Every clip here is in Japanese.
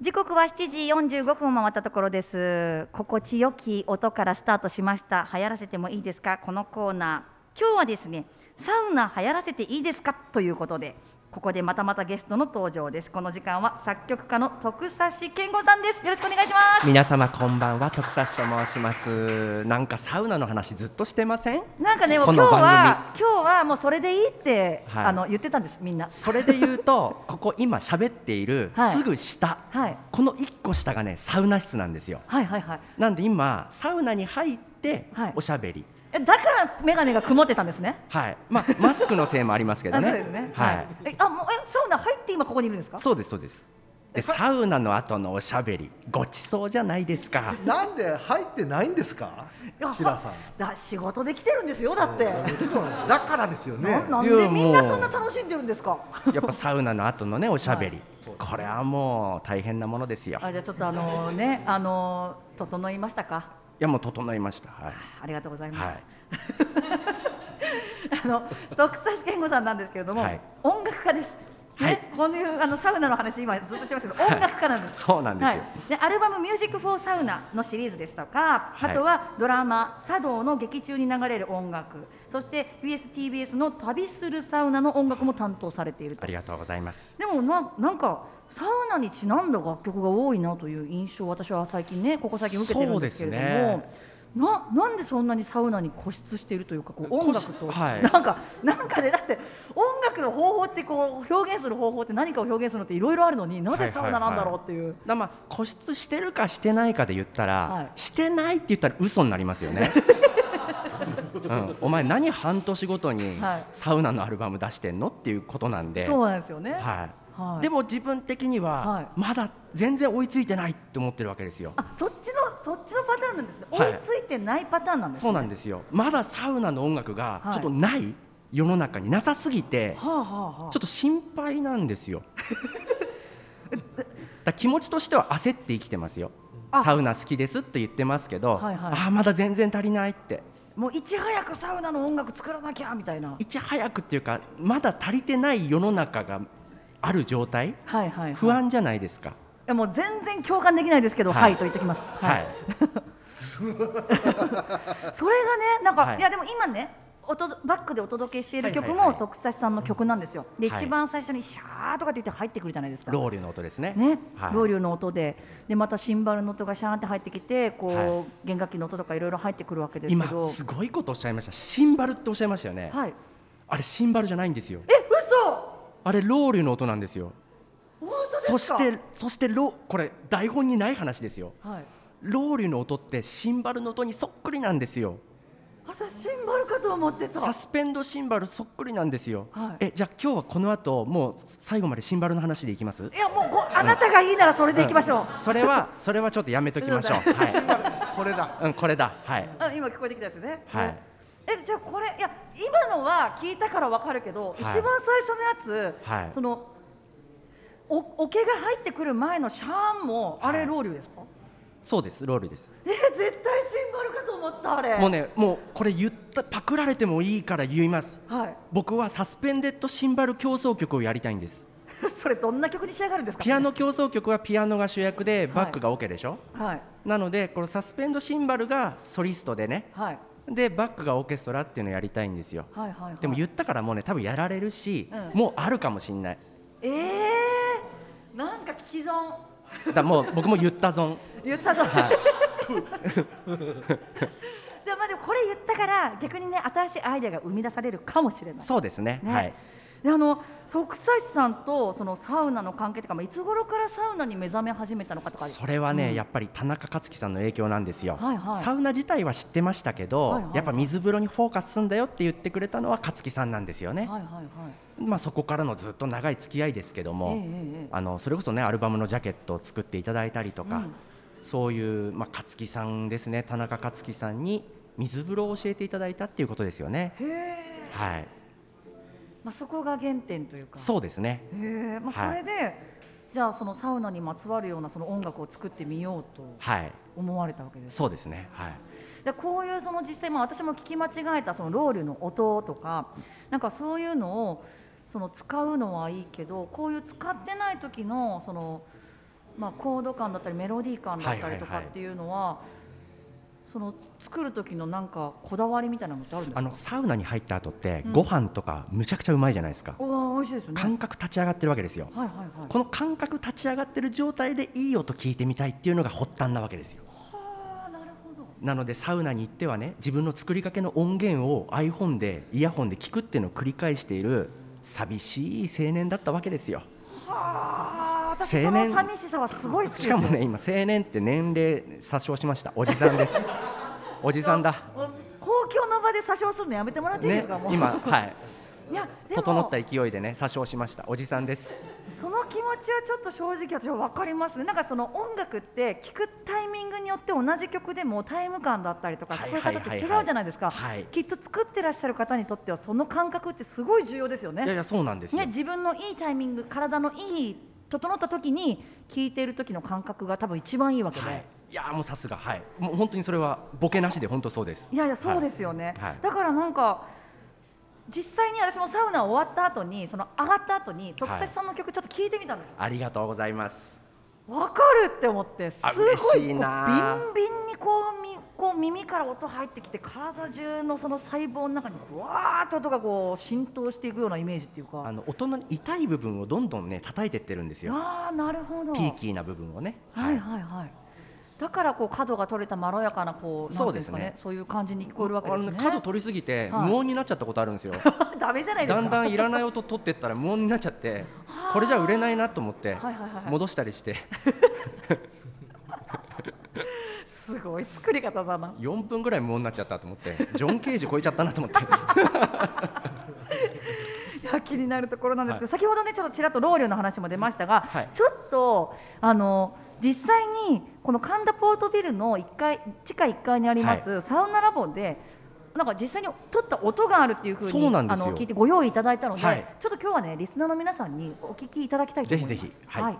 時刻は7時45分を回ったところです心地よき音からスタートしました流行らせてもいいですかこのコーナー今日はですねサウナ流行らせていいですかということでここでまたまたゲストの登場ですこの時間は作曲家の徳差健吾さんですよろしくお願いします皆様こんばんは徳差しと申しますなんかサウナの話ずっとしてませんなんかね、もうこ今の日番組は今日はもうそれでいいって、はいあの言ってたんですみんな。それで言う とここ今喋っているはいすぐ下、はいこの一個下がねサウナ室なんですよはいはいはい。なんで今サウナに入ってはいおしゃべりえだからメガネが曇ってたんですね。はい、まあマスクのせいもありますけどあねそうですね。はい、えあもうえサウナ入って今ここにいるんですか。そうですそうですでサウナの後のおしゃべりごちそうじゃないですかなんで入ってないんですかいや、白さん。だ仕事で来てるんですよだって。もちろんだからですよねな。なんいでやみんなもうそんな楽しんでるんですか。やっぱサウナの後のねおしゃべり、そうですねこれはもう大変なものですよあじゃあちょっとあのねあの整いましたか。いやもう整いました、はい、ありがとうございます。 あの徳橋健吾さんなんですけれども、はい音楽家です。ね、はいこういうあのサウナの話今ずっとしてますけど、音楽家なんです。そうなんですよいでアルバムミュージックフォーサウナのシリーズですとか、はいあとはドラマ茶道の劇中に流れる音楽、そして BSTBS の旅するサウナの音楽も担当されているあと。りがとうございますでもななんかサウナにちなんだ楽曲が多いなという印象を私は最近ねここ最近受けてるんですけれども、そうですななんでそんなにサウナに固執しているというかこう音楽と、固執はいなんかなんかねだって音楽の方法ってこう表現する方法って何かを表現するのっていろいろあるのになぜサウナなんだろうっていう、だまあ固執してるかしてないかで言ったら、はいしてないって言ったら嘘になりますよね、 うん、お前何半年ごとにはいサウナのアルバム出してんのっていうことなんで、そうなんですよね。はいはいでも自分的には、はいまだ全然追いついてないって思ってるわけですよあそっちのそっちのパターンなんですね、はい追いついてないパターンなんですねそうなんですよまだサウナの音楽がはいちょっとない、世の中になさすぎてはあはあはあちょっと心配なんですよ だ気持ちとしては焦って生きてますよあサウナ好きですって言ってますけど、はいはいああまだ全然足りないってもういち早くサウナの音楽作らなきゃみたいな。いち早くっていうかまだ足りてない世の中がある状態はいはいはい不安じゃないですか、いやもう全然共感できないですけど、は、はいいと言ってきます。は。はいい、それがね、なんか、、はいいやでも今ね、おとどバックでお届けしている曲はいはいもはい徳差さんの曲なんですよ。で、はい一番最初にシャーとかって言って入ってくるじゃないですか。ロウリュの音ですねね、はいロウリュの音で、でまたシンバルの音がシャーンって入ってきて、こう、は弦楽器の音とかいろいろ入ってくるわけですけ今ど。すごいことおっしゃいましたシンバルっておっしゃいましたよね、はい。あれシンバルじゃないんですよえ、嘘。あれロウリュの音なんですよ本当ですか。そしてそしてロこれ台本にない話ですよはい。ロウリュの音ってシンバルの音にそっくりなんですよ私シンバルかと思ってた。サスペンドシンバルそっくりなんですよ、はいえじゃあ今日はこの後もう最後までシンバルの話でいきますいやもうごあなたがいいならそれでいきましょう。それはそれはちょっとやめときましょ うはこれだ。い、うん、これだはいあ今聞こえてきたやつね。はいえじゃあこれいや今のは聞いたからわかるけど、一番最初のやつ、はいそのお桶が入ってくる前のシャーンもあはれいロウリュですか？そうですロウリュですえ絶対シンバルかと思ったあれ。もうねもうこれ言ったパクられてもいいから言いますはい。 僕はサスペンデッドシンバル競争曲をやりたいんですそれどんな曲に仕上がるんですか？ピア。ノ競争曲はピアノが主役でバックがオ、ケでしょはいなのでこのサスペンドシンバルがソリストでねはいでバックがオーケストラっていうのをやりたいんですよはいはい、はい。でも言ったからもうね多分やられるし、うんもうあるかもしんないえー、なんか聞き損だもう 僕も言ったぞん言った ぞ。はいじゃあまあでもこれ言ったから逆にね新しいアイデアが生み出されるかもしれない。そうですねねはいであの徳橋さんとそのサウナの関係とか、まあ、いつ頃からサウナに目覚め始めたのかとかそれはね、うんやっぱり田中克樹さんの影響なんですよ、はいはいサウナ自体は知ってましたけど、はいはいやっぱ水風呂にフォーカスすんだよって言ってくれたのは克樹さんなんですよね、はいはいはいまあ、そこからのずっと長い付き合いですけどえも、えええあのそれこそねアルバムのジャケットを作っていただいたりとか、うんそういう、まあ、勝木さんですね田中勝樹さんに水風呂を教えていただいたっていうことですよね。へえ、はい、まあ、そこが原点というかそうですねへえ、まあ、そはいれで、じゃあそのサウナにまつわるようなその音楽を作ってみようとはい思われたわけですそうですねはいでこういうその実際、まあ、私も聞き間違えたそのロールの音とかなんかそういうのをその使うのはいいけどこういう使ってない時のそのまあ、コード感だったりメロディー感だったりとはいはいかはいっていうのは,、その作る時のなんかこだわりみたいなのってあるんですかあのサウナに入った後って、うんご飯とかむちゃくちゃうまいじゃないですか、おー美味しいですよね。感覚立ち上がってるわけですよ、はいはいはい。この感覚立ち上がってる状態でいい音聞いてみたいっていうのが発端なわけですよはあなるほど。なのでサウナに行ってはね自分の作りかけの音源を iPhone でイヤホンで聞くっていうのを繰り返している寂しい青年だったわけですよはあ私そ青の年寂しさはすごい好きですしよ。かもね今青年って年齢詐称しましたおじさ んですおじさんだもう公共の場で詐称するのやめてもらっていいでねすか、もう。 今はいいやでも整った勢いでね詐称しましたおじさんですその気持ちはちょっと正直私は分かりますねなんかその音楽って聞くタイミングによって同じ曲でもタイム感だったりとかはい聞はこいえはい方はいって違うじゃないですか、はいきっと作ってらっしゃる方にとってはその感覚ってすごい重要ですよねいやいやそうなんですよね自分のいいタイミング体のいい整った時に聞いている時の感覚が多分一番いいわけで、はいい、、いやーもうさすがはいもう本当にそれはボケなしで本当そうです、やいやそうですすよね、はいだからなんか実際に私もサウナ終わった後にその上がった後に特はい設さんの曲ちょっと聞いてみたんですよはいありがとうございますわかるって思ってすごあいこう嬉しいなビンビンにこうみこう耳から音入ってきて体中のその細胞の中にぶわーっと音がこう浸透していくようなイメージっていうかあの大人に痛い部分をどんどんね叩いてってるんですよあーなるほどピーキーな部分をねはいはいはいだからこう角が取れたまろやかなこうなんていんかそうですねそういう感じに聞こえるわけであすのねね角取りすぎてはい無音になっちゃったことあるんです よダメじゃないですかだんだんいらない音取ってったら無音になっちゃってこれじゃ売れないなと思っはていはいはいはい戻したりして すごい作り方だな4分ぐらい無音になっちゃったと思ってジョン・ケージ超えちゃったなと思 っていや気になるところなんですけど、先ほどねちょっとちらっとロウリュの話も出ましたが、はいちょっとあの実際にこの神田ポートビルの1階地下1階にあります、サウナラボでなんか実際に撮った音があるっていうふうにそうなんあですよの聞いてご用意いただいたので、はいちょっと今日はねリスナーの皆さんにお聞きいただきたいと思います。ぜひぜひはい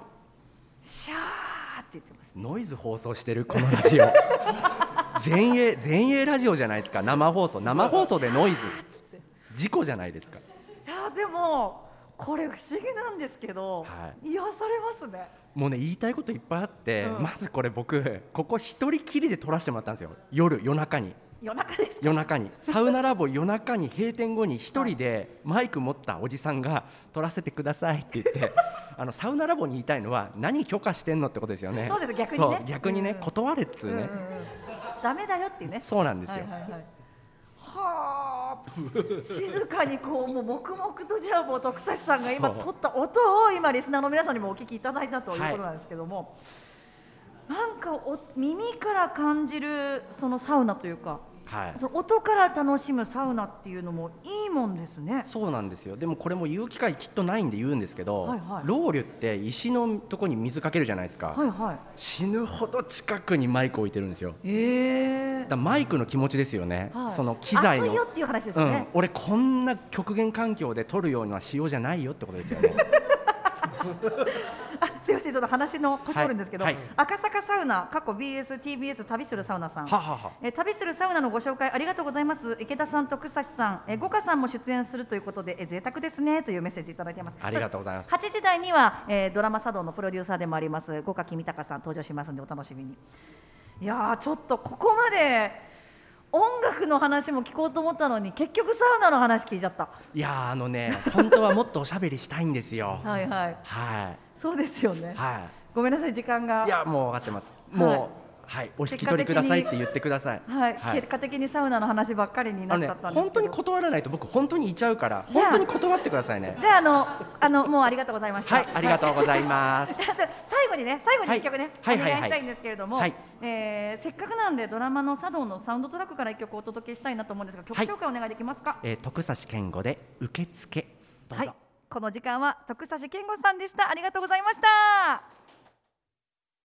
シャーって言ってます。ノイズ放送してるこのラジオ前衛前衛ラジオじゃないですか生放送生放送でノイズ事故じゃないですかいやでもこれ不思議なんですけど、は癒されますね。もうね言いたいこといっぱいあって、うんまずこれ僕ここ一人きりで撮らせてもらったんですよ夜夜中に夜中ですか。夜中にサウナラボ夜中に閉店後に一人でマイク持ったおじさんが撮らせてくださいって 言ってあのサウナラボに言いたいのは何許可してんのってことですよねそうです逆にねそう逆にね、うん断れっつうね、うんうんうんダメだよっていうね。そうなんですよ、はいはいはいはあ 静かにこうもう黙々とじゃあもう徳橋さんが今そう撮った音を今リスナーの皆さんにもお聞きいただいたということなんですけども、なんかお耳から感じるそのサウナというかはいその音から楽しむサウナっていうのもいいもんですね。そうなんですよでもこれも言う機会きっとないんで言うんですけど、はいはいロウリュって石のとこに水かけるじゃないですか、はいはい。死ぬほど近くにマイク置いてるんですよえだからマイクの気持ちですよね、はい、その機材の熱いよっていう話ですうよんね、。俺こんな極限環境で撮るような仕様じゃないよってことですよ ねあすいませんちょっと話の腰折るんですけど、はいはい赤坂サウナ過去 BSTBS 旅するサウナさんはあはあはあえー旅するサウナのご紹介ありがとうございます池田さんと草志さんえー五花さんも出演するということでえー贅沢ですねというメッセージいただいてますありがとうございます8時台には、えードラマ茶道のプロデューサーでもあります五花君高さん登場しますのでお楽しみにいやーちょっとここまで音楽の話も聞こうと思ったのに結局サウナの話聞いちゃったいやーあのね本当はもっとおしゃべりしたいんですよ はいはいはそうですよねいはごめんなさい時間いがいやもう分かってますもうはい、お引き取りくださいって言ってくださいはい、はい結果的にサウナの話ばっかりになあっのちねゃったんですけど、本当に断らないと僕本当にいちゃうからじゃあ本当に断ってくださいねじゃああのあのもうありがとうございました。はいありがとうございます はい最後にね最後に一曲ね、はいはいおはい願いしたいんですけれども、はいえーせっかくなんでドラマの茶道のサウンドトラックから一曲お届けしたいなと思うんですが曲はい紹介お願いできますか。えー、徳差健吾で受付どうぞ、はい、この時間は徳差健吾さんでした。ありがとうございました。